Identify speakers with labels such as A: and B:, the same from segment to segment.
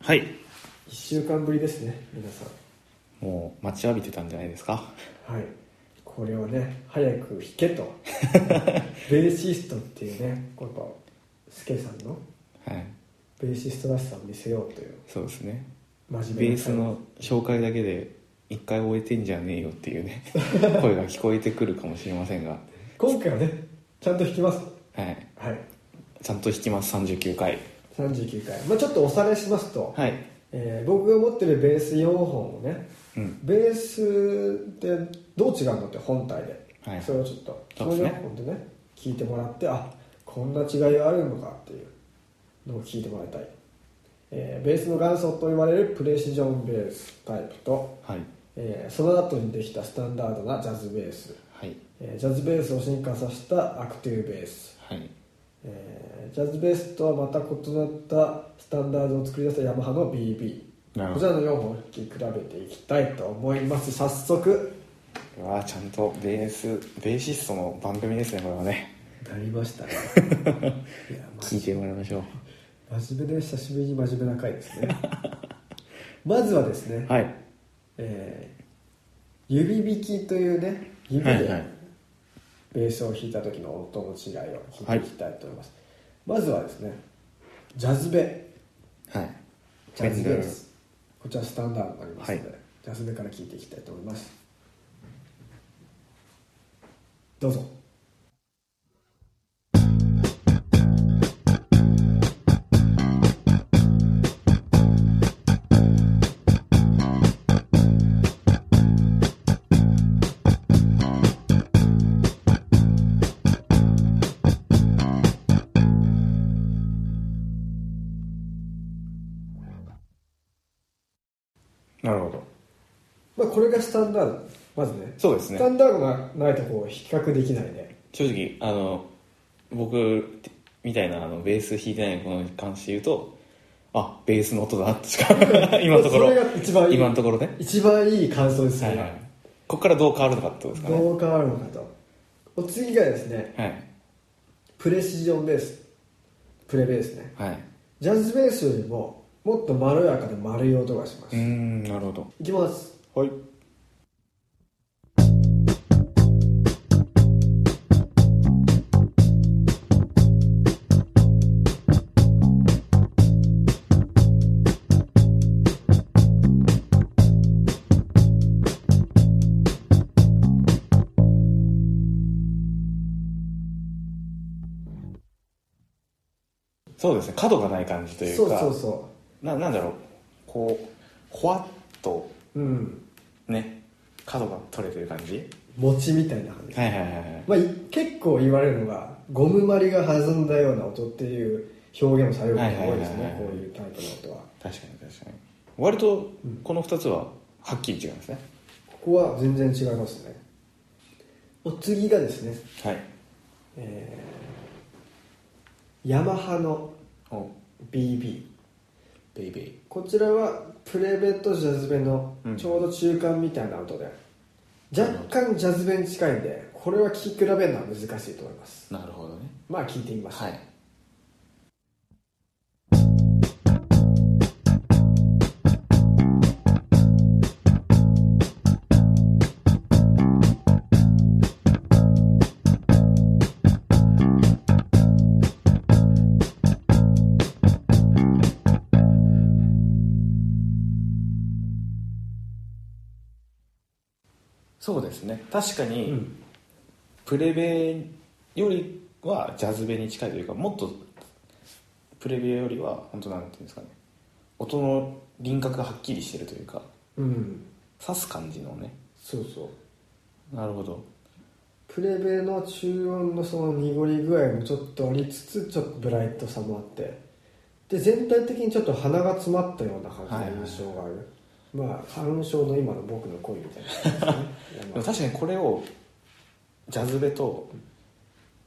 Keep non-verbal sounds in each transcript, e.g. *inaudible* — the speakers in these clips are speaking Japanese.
A: はい
B: 1週間ぶりですね皆さん
A: もう待ちわびてたんじゃないですか *laughs*
B: はいこれをね早く弾け
A: *laughs*
B: とベーシストっていうねやっぱスケさんの
A: はい
B: ベーシストらしさを見せようという
A: そうですね
B: 真
A: ベ
B: 面目
A: ー
B: な
A: スの紹介だけで一回終えてんじゃねえよっていう *laughs* ね声が聞こえてくるかもしれませんが
B: 今回はねちゃんと弾きます
A: はい
B: はい
A: ちゃんと弾きます39回
B: 39回、まあ、ちょっとおさらいしますと、
A: はい
B: えー僕が持ってるベース4本をね
A: うん
B: ベースってどう違うのって本体で、
A: はい
B: それをちょっと
A: そうですね
B: の4本でね聞いてもらってあこんな違いがあるのかっていうのを聞いてもらいたい、えーベースの元祖と言われるプレシジョンベースタイプと、
A: はい
B: えーその後にできたスタンダードなジャズベース、
A: はい
B: えージャズベースを進化させたアクティブベース
A: はい
B: えージャズベースとはまた異なったスタンダードを作り出したヤマハの BB
A: なる
B: こ
A: ほ
B: ち
A: ど
B: らの4本を聴き比べていきたいと思います早速
A: うわーちゃんとベースベーシストの番組ですねこれはね
B: なりましたね *laughs* いやま
A: 聞いてもらいましょ
B: 真面目で久しぶりに真面目な回ですね *laughs* まずはですね、
A: うはい
B: えー指弾きというね指
A: はいは
B: で
A: い
B: ベースを弾いた時の音の違いを聞いていきたいと思います、まずはですねジャズベ
A: はい
B: ジャズベースこちらスタンダードになりますので、
A: は
B: ジャズベから聞いていきたいと思いますどうぞ
A: なるほど
B: まあこれがスタンダードまずね
A: そうです
B: ス
A: ね
B: タンダードがないとこう比較できないね
A: 正直あの僕みたいなあのベース弾いてないものに関して言うとあベースの音だし *laughs* か今のとこ
B: それ
A: ろ
B: が一番い
A: *laughs*
B: い
A: 今のところね、
B: 一番いい感想ですね、
A: はいはい、ここからどう変わるのかってことですかね
B: どう変わるのかとお次がですね
A: はい
B: プレシジョンベースプレベースね
A: はい
B: ジャズベースよりももっとまろやかで丸い音がします、
A: うーんなるほど
B: いきます
A: はいそうですね角がない感じというか
B: そうそうそ
A: ななんだろうこうほわっと
B: ううん
A: ね角が取れてる感じ
B: 餅みたいな感じ
A: はいはいはいはい
B: まあ、い結構言われるのがゴムまりが弾んだような音っていう表現をされることが多いです
A: はいはいはい
B: ね
A: はい
B: こういうタイプの音は
A: 確かに確かに割とこの2つははっきり違いますね、
B: ここは全然違いますねお次がですね、
A: はい
B: えーヤマハの
A: お
B: BB
A: ベイベイ
B: こちらはプレベとジャズベの
A: うん
B: ちょうど中間みたいな音で、若干ジャズベに近いんでこれは聴き比べるのは難しいと思います
A: なるほどね
B: まあ聴いてみましょう、
A: はいそうですね確かに、
B: うん
A: プレベよりはジャズベに近いというかもっとプレベよりは本当なんていうんですかね音の輪郭がはっきりしてるというか
B: うん、
A: 刺す感じのね
B: そうそう
A: なるほど
B: プレベの中音のその濁り具合もちょっとありつつちょっとブライトさもあってで全体的にちょっと鼻が詰まったような感じの印象がある、まあ花粉症の今の僕の恋みたいな感じですね
A: で
B: ま
A: も *laughs*
B: あ
A: 確かにこれをジャズベと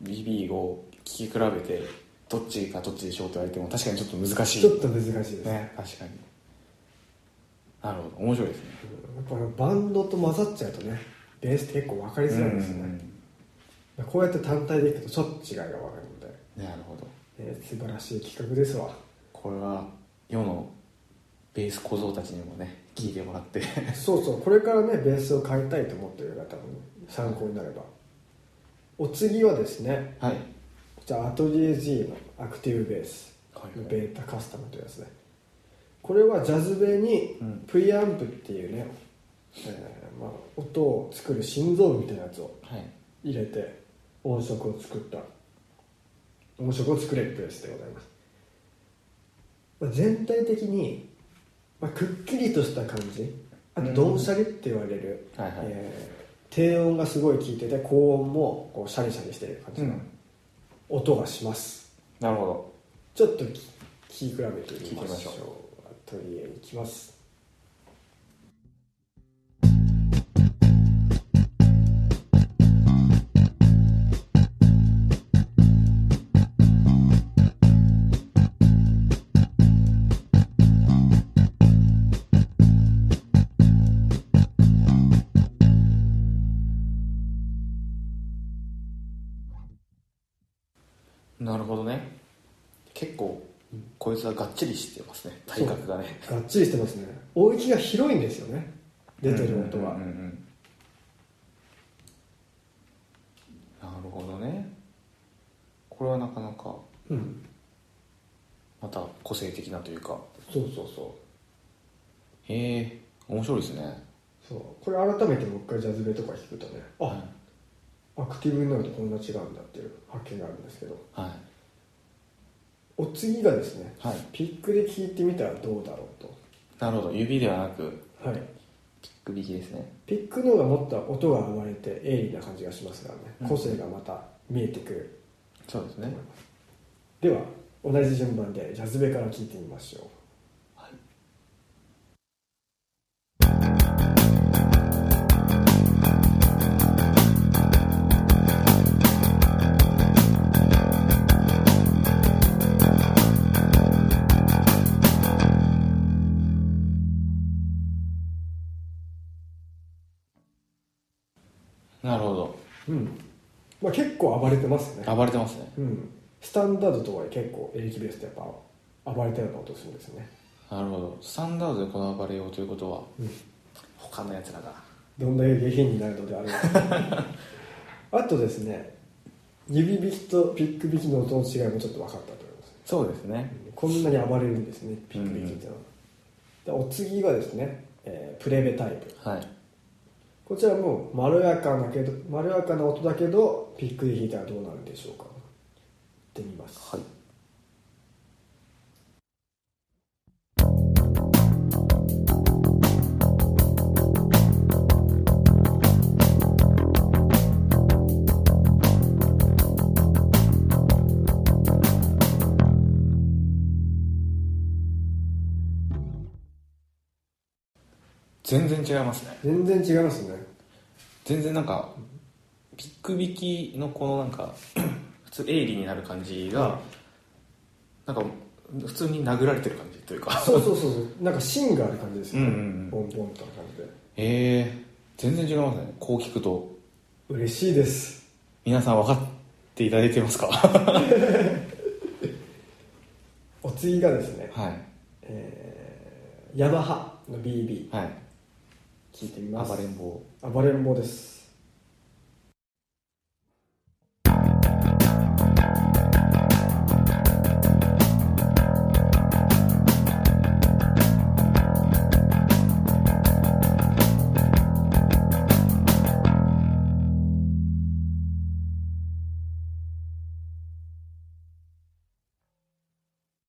A: BB を聴き比べてどっちがどっちでしょうって言われても確かにちょっと難しい
B: ちょっと難しいです、ね、
A: ね確かになるほど面白いですね
B: やっぱバンドと混ざっちゃうとねベースって結構分かりづらいですね、こうやって単体でいくとちょっと違いが分かるので、
A: うんなるほど
B: えー素晴らしい企画ですわ
A: これは世のベース小僧たちにもね聞いてもらって
B: そうそうこれからねベースを変えたいと思っている方も参考になればお次はですね
A: *laughs* はい
B: じゃあアトリエ G のアクティブベース
A: はい
B: の
A: はい
B: ベータカスタムというやつねこれはジャズベに
A: うん
B: プリアンプっていうね、えーまあ、音を作る心臓部みたいなやつを
A: はい
B: 入れて音色を作った音色を作れるプレスでございます、まあ、全体的に、まあ、くっきりとした感じあとドンシャリって言われる、
A: はいはい
B: えー低音がすごい効いてて高音もこうシャリシャリしてる感じの音がします、
A: なるほど
B: ちょっとき聴き比べてい
A: 聞いて
B: きましょう
A: みましょ
B: アトリエに行きます
A: なるほどね結構こいつはがっちりしてますね体格がね
B: がっちりしてますね音域が広いんですよね出てる音は、
A: うんうんうんうんなるほどねこれはなかなか
B: うん
A: また個性的なというか
B: そうそうそ
A: へえ面白いですね
B: うそうこれ改めてもう一回ジャズベとか聞くとねあ、
A: は
B: アクティブになるとこんな違うんだっていう発見があるんですけど
A: いは
B: お次がですね
A: い、はい、
B: ピックで聞いてみたらどうだろう
A: なるほど指ではなく
B: とはい
A: 首引きですね
B: ピックの方がもっと音が生まれて鋭利な感じがしますからね
A: うん
B: 個性がまた見えてくる
A: そうです
B: と
A: ね
B: 思います、では同じ順番でジャズベから聞いてみましょう
A: なるほ
B: うんまあ結構暴れてますね
A: ど暴れてますね
B: うんスタンダードとはいえ結構エレキベースってやっぱ暴れたような音するんですね
A: なるほどスタンダードでこの暴れようということは、
B: うん
A: 他のやつらが
B: どんだけ下品になるのであるか
A: *laughs*
B: あとですね指弾きとピック弾きの音の違いもちょっと分かったと思います
A: そうですね
B: こんなに暴れるんですねピック弾きっていうのは、でお次がですね、えープレベタイプ
A: はい
B: こちらもまろやかなけどまろやかな音だけどピックで弾いたらどうなるんでしょうかいってみます
A: はい全然違いますね
B: 全然違いますね
A: 全然なんかピック引きのこのなんか *clears throat* 普通鋭利になる感じがなんか普通に殴られてる感じというか
B: そうそうそうそうなんか芯がある感じですよね、
A: うんうんうん
B: ボンボンとな感じで
A: ええ全然違いますねこう聞くと
B: 嬉しいです
A: 皆さん分かっていただいてますか *laughs* は
B: お次がですね、
A: い
B: えーヤマハの BB
A: はい
B: 聞いてみます
A: 暴れん坊
B: 暴れん坊です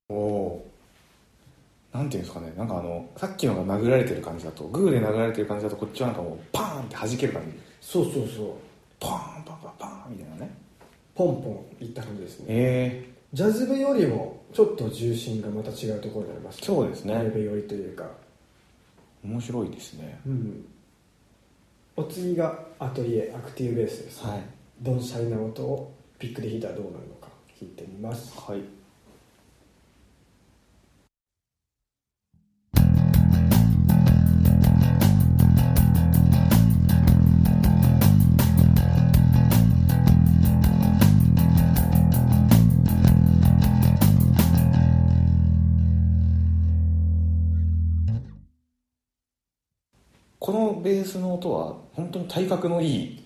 A: おおーなんていうんですかねなんかあのさっきのが殴られてる感じだとグーで殴られてる感じだとこっちはなんかもうパーンって弾ける感じ
B: そうそうそう
A: パーンパンパンパーンみたいなね
B: ポンポンいった感じですね
A: え
B: ジャズ部よりもちょっと重心がまた違うところになりま
A: え
B: した
A: そうです
B: ジャズ
A: ね
B: 部よりというか
A: 面白いですね
B: うんお次がアトリエアクティブベースです、
A: はい
B: ドンシャリな音をピックで弾いたらどうなるのか弾いてみます *laughs*
A: はいこのベースの音は本当に体格のいい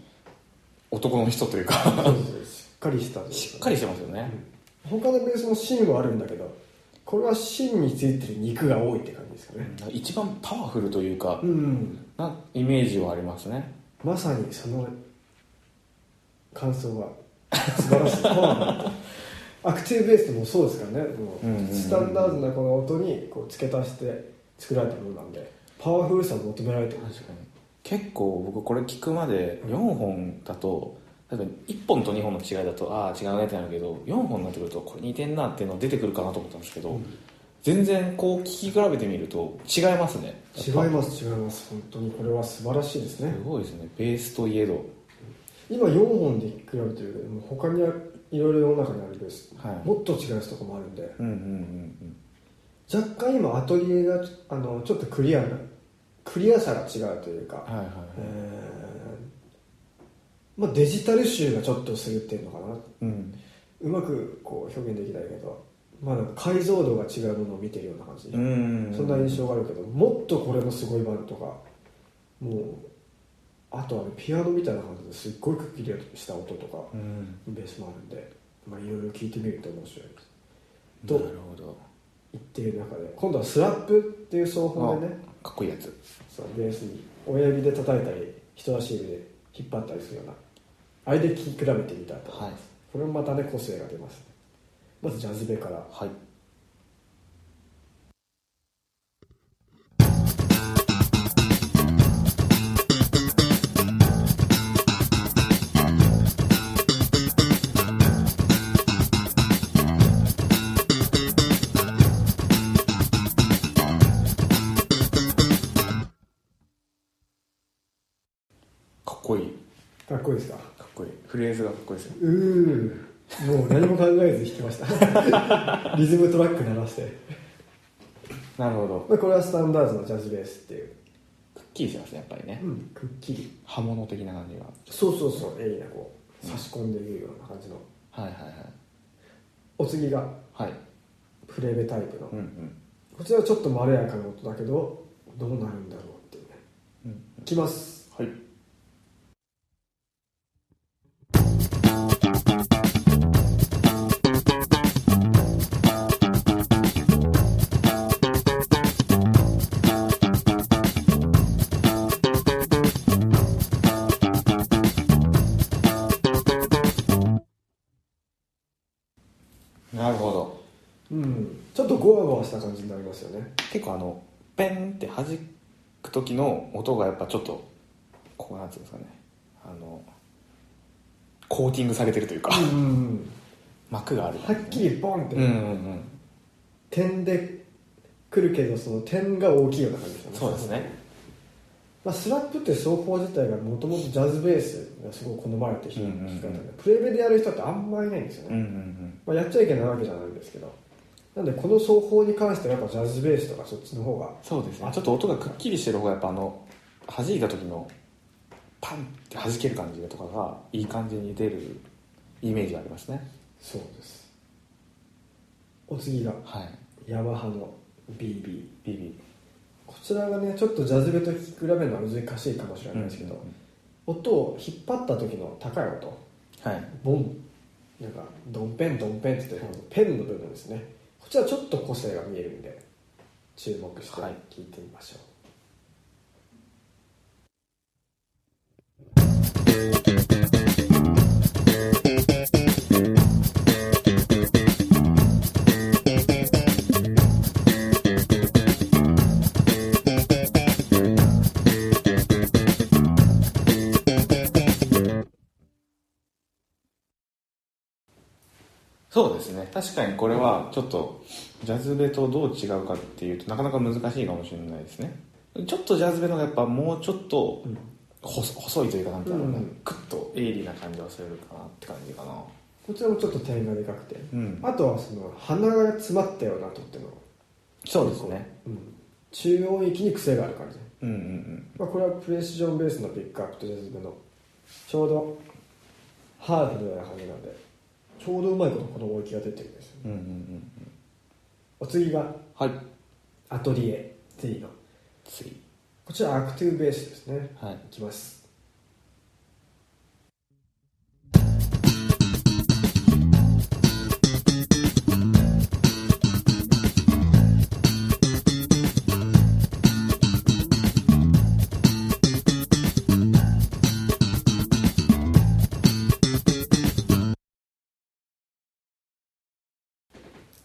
A: 男の人というか *laughs*
B: そうそうしっかりしたというか
A: しっかりしてますよね、
B: 他のベースも芯はあるんだけどこれは芯についてる肉が多いって感じですかね
A: 一番パワフルというか、
B: うん
A: なイメージはありますね
B: まさにその感想が素晴らしいパワーだアクティブベースもそうですからねもう
A: うんうんうん
B: スタンダードなこの音にこう付け足して作られたものなんでパワフルさを求められてるんですよ
A: 結構僕これ聞くまで4本だと例えば1本と2本の違いだとああ違うねってなるけど4本になってくるとこれ似てんなっていうの出てくるかなと思ったんですけど、全然こう聞き比べてみると違いますね
B: 違います違います本当にこれは素晴らしいですね
A: すごいですねベースといえど
B: 今4本で比べてるけどもう他にはいろいろ世の中にあるベース、
A: はい
B: もっと違うやつとかもあるんで
A: うんうんうん
B: 若干今アトリエがあのちょっとクリアなクリアさが違うというか、
A: うんはいはい
B: えーまあ、デジタル集がちょっとするっていうのかな
A: うん
B: うまくこう表現できないけど、まあ、なんか解像度が違うものを見てるような感じ、
A: うん
B: そんな印象があるけどもっとこれもすごい版とかもうあとはねピアノみたいな感じですっごいくっきりした音とか、
A: うん
B: ベースもあるんで、まあ、いろいろ聞いてみると面白いです
A: な
B: と
A: るほど
B: 言ってる中で今度はスラップっていう奏法でね
A: あかっこいいやつ
B: そうベースに親指で叩いたり人差し指で引っ張ったりするようなあれで聴き比べてみたいと思います、これもまたね個性が出ますねまずジャズベから
A: はいかっこいい
B: かっこいいですか
A: かっこいいフレーズがかっこいいですよ
B: うーもう何も考えず弾きました *laughs* リズムトラック鳴らして、
A: なるほど
B: まあ、これはスタンダードのジャズベースっていう、
A: くっきりしてますねやっぱりね、
B: うん、くっきり
A: 刃物的な感じが
B: そうそうそう鋭利なこう差し込んでいるような感じの
A: はいはい
B: お次が
A: はいはい
B: プレベタイプの、
A: うんうん
B: こちらはちょっとまろやかな音だけどどうなるんだろうっていうね
A: うん
B: いきます
A: はいなるほど
B: うんちょっとゴワゴワした感じになりますよね
A: 結構あのペンって弾く時の音がやっぱちょっとこうなんていうんですかねあのコーティングされてるというか
B: うん
A: *laughs* 膜がある
B: はっきりボンって、
A: うんうんうん
B: 点で来るけどその点が大きいような感じですよね
A: そうですね
B: まあ、スラップっていう奏法自体がもともとジャズベースがすごい好まれて弾き
A: うんうんうん
B: 弾き方でプレベでやる人ってあんまいないんですよね、
A: うんうんうん
B: まあ、やっちゃいけないわけじゃないんですけどなんでこの奏法に関してはやっぱジャズベースとかそっちの方が
A: そうですねちょっと音がくっきりしてる方がやっぱあの弾いた時のパンって弾ける感じとかがいい感じに出るイメージがありますね
B: そうですお次が
A: はい
B: ヤマハの BB
A: BB
B: こちらがねちょっとジャズベと聴き比べるのは難しいかもしれないんですけど、
A: うんうん
B: 音を引っ張った時の高い音
A: はい
B: ボンなんかドンペンドンペンって言ってこのペンの部分ですねこちらちょっと個性が見えるんで注目して
A: はい
B: 聞いてみましょう、
A: そうですね確かにこれはちょっとジャズベとどう違うかっていうとなかなか難しいかもしれないですねちょっとジャズベの方がやっぱもうちょっと
B: うん
A: 細細いというかなんていうのかな、
B: うん
A: クッと鋭利な感じはするかなって感じかな
B: こちらもちょっと点がでかくて
A: うん
B: あとはその鼻が詰まったような音っていうの、
A: そうですね
B: うん、中音域に癖がある感じ、
A: うんうんうん
B: まあ、これはプレシジョンベースのピックアップとジャズベのちょうどハーフのような感じなんでちょうどうまいことこの音域が出てるんですよ
A: うんうんうんうん
B: お次が
A: はい
B: アトリエ T の
A: 次
B: こちらアクティブベースですね
A: はい
B: いきます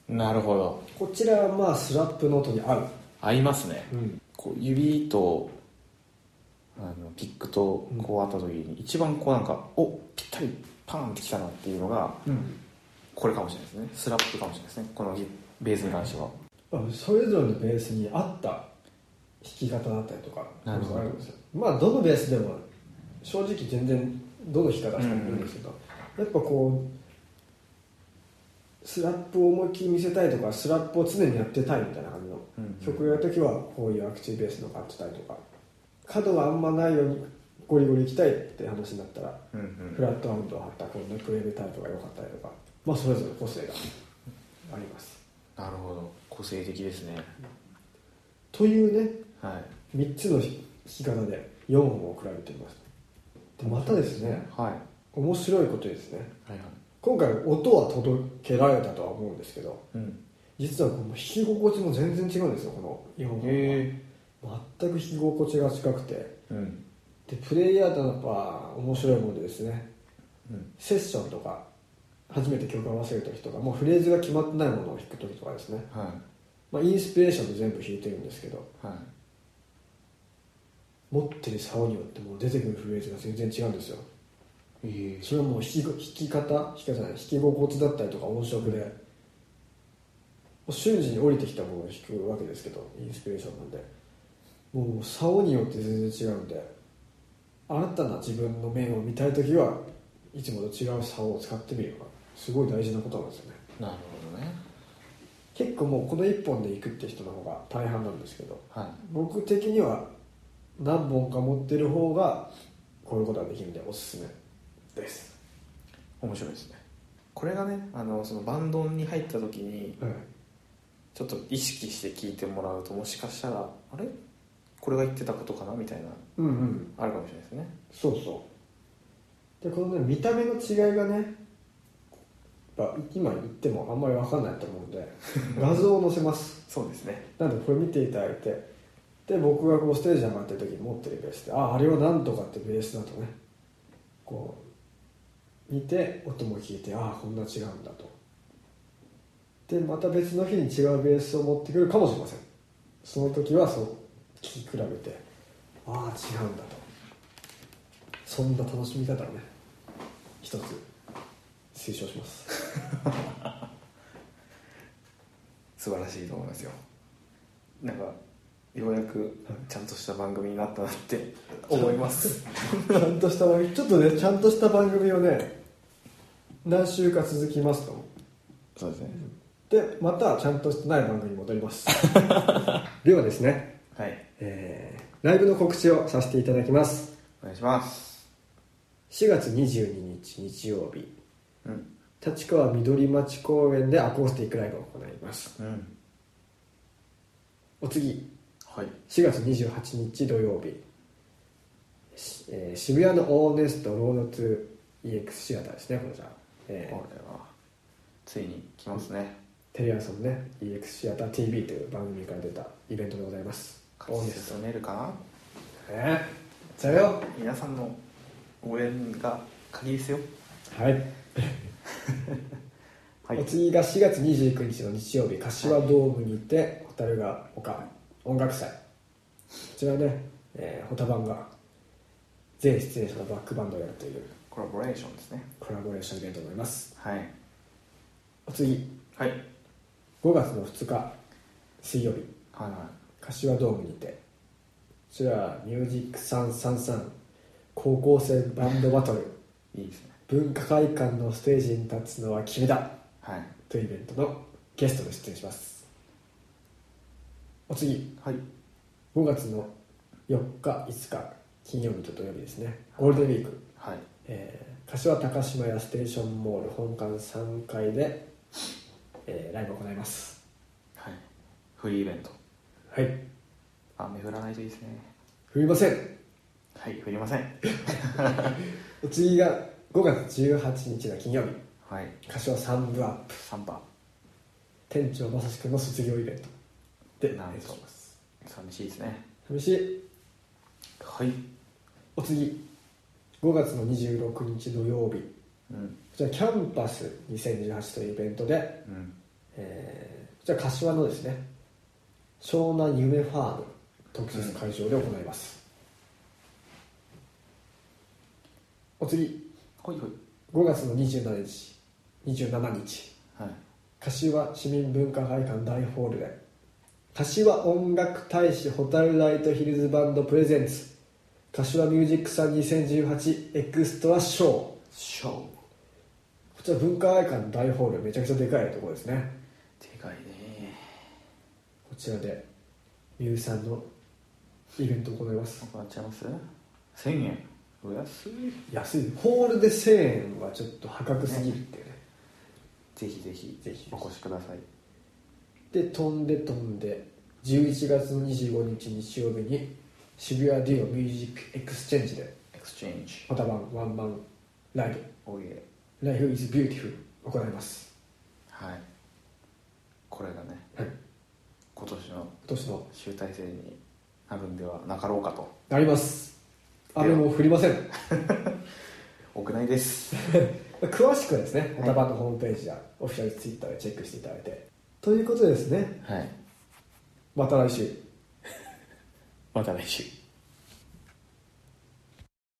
A: なるほど
B: こちらはまあスラップノートに合う、
A: 合いますね
B: うん、
A: こう指とあのピックとこうあった時に一番こうなんかおぴったりパーンってきたなっていうのがこれかもしれないですねスラップかもしれないですねこのベースに関しては
B: まあ、それぞれのベースに合った弾き方だったりとか
A: なるほど
B: あんですよまあどのベースでも正直全然どの弾き方してもいいんですけど、やっぱこうスラップを思いっきり見せたいとかスラップを常にやってたいみたいな感じの
A: うん
B: 曲をやるときはこういうアクチューベースのがあってたりとか角があんまないようにゴリゴリいきたいって話になったら
A: うんう
B: フ
A: ん
B: ラットハンドを張ったこのプレールタイプが良かったりとかまあそれぞれ個性があります
A: なるほど個性的ですね
B: というね
A: はい
B: 3つの弾き方で4本を比べてみましたでまたですね
A: はいは
B: 面白いことにですね
A: いはい
B: 今回音は届けられたとは思うんですけど
A: うん
B: 実はこの弾き心地も全然違うんですよこの4本は
A: へ
B: 全く弾き心地が近くて
A: えうん
B: でプレイヤーとのやっぱ面白いものでですね
A: うん
B: セッションとか初めて曲を合わせる時とかもうフレーズが決まってないものを弾く時とかですね、
A: は
B: まあ、インスピレーションで全部弾いてるんですけど
A: いはい
B: 持ってる竿によってもう出てくるフレーズが全然違うんですよ
A: ええ
B: それはもう弾き弾き方弾き方じゃない弾き心地だったりとか音色でもう瞬時に降りてきたものを弾くわけですけどインスピレーションなんでもう竿によって全然違うんで新たな自分の面を見たい時はいつもと違う竿を使ってみるのがすごい大事なことなんですよね
A: なるほどね
B: 結構もうこの1本で行くって人の方が大半なんですけど
A: は
B: 僕的には何本か持ってる方がこういうことができるんでおすすめです、
A: い面白いですねこれがねあのそのバンドに入った時に
B: はい
A: ちょっと意識して聞いてもらうともしかしたらあれこれが言ってたことかなみたいな
B: うんうん
A: あるかもしれないですね
B: そうそうでこのね見た目の違いがねやっぱ今言ってもあんまり分かんないと思うんで画像を載せます
A: そうですね
B: なのでこれ見ていただいてで僕がこうステージ上がってる時に持ってるベースであああれはなんとかってベースだとねこう見て音も聞いてああこんな違うんだとでまた別の日に違うベースを持ってくるかもしれませんその時はそう聴き比べてああ違うんだとそんな楽しみ方をね一つ推奨します
A: 素晴らしいと思いますよなんかようやくちゃんとした番組になったなって思います
B: ちゃんとした番組ちょっとねちゃんとした番組をね何週か続きますと
A: そうですね
B: でまたちゃんとしてない番組に戻りますではですね、
A: はい
B: えーライブの告知をさせていただきます
A: お願いします
B: 4月22日日曜日
A: うん
B: 立川緑町公園でアコースティックライブを行います
A: うん
B: お次
A: はい
B: 4月28日土曜日、しえー渋谷のオーネストロードツー EX シアターですねこれじゃあ、えー
A: これはついに来ますね
B: テレ朝のね EX シアター TV という番組から出たイベントでございます
A: 勝
B: オーネ
A: ち
B: スト
A: 進めるかな
B: えー、だよ
A: 皆さんの応援が鍵ですよ
B: はい、
A: は
B: お
A: い
B: 次が4月29日の日曜日柏ドームにて蛍が丘音楽祭こちらね、えー、ホタバンが全出演者のバックバンドをやるという
A: コラボレーションですね
B: コラボレーションイベントになります
A: はい
B: お次
A: はい
B: 5月の2日水曜日
A: はいは
B: 柏ドームにてこちらはミュージック333高校生バンドバトル
A: いいいですね
B: 文化会館のステージに立つのは君だ
A: はい
B: というイベントのゲストで出演しますお次
A: はい
B: 5月の4日5日金曜日と土曜日ですねゴールデンウィーク、
A: はい
B: えー柏高島屋ステーションモール本館3階で、えーライブを行います
A: はいフリーイベント
B: はい
A: 雨降らないといいですね
B: 振りません
A: はい振りません
B: 次が5月18日の金曜日
A: はい
B: 柏3部アップ
A: 3番
B: 店長まさしくんの卒業イベントで
A: なるほど
B: 演奏します
A: 寂しいですね
B: 寂しい
A: はい
B: お次5月の26日土曜日
A: う
B: こ
A: ん
B: ちらキャンパス2018というイベントで、
A: うん
B: えーこちら柏のですね湘南夢ファーム特設会場で行います、お次
A: ほいほい
B: 5月の27日27日
A: はい
B: 柏市民文化会館大ホールで柏音楽大使ホタルライトヒルズバンドプレゼンツ柏ミュージックさん2018エクストラショーこ
A: ショー
B: ちら文化会館大ホールめちゃくちゃでかいところですね
A: でかいね
B: こちらでミュウさんのイベントを行います
A: 行っちゃいます1000円お安い
B: 安いホールで1000円はちょっと破格すぎるっていうね
A: ぜひぜひ
B: ぜひ
A: お越しください
B: で飛んで飛んで11月の25日日曜日に渋谷デュオミュージックエクスチェンジで
A: エクスチェンジ
B: またワンワンマンライブ
A: おいえ
B: 「Life is Beautiful」行います、
A: はいこれがね
B: はい、今
A: 今年の
B: 年の
A: 集大成になるんではなかろうかと
B: なります雨も降りません
A: 屋内です
B: 詳しくはですねホタバンのホームページやオフィシャルツイッターでチェックしていただいてということでですね
A: はい
B: また来週
A: また来週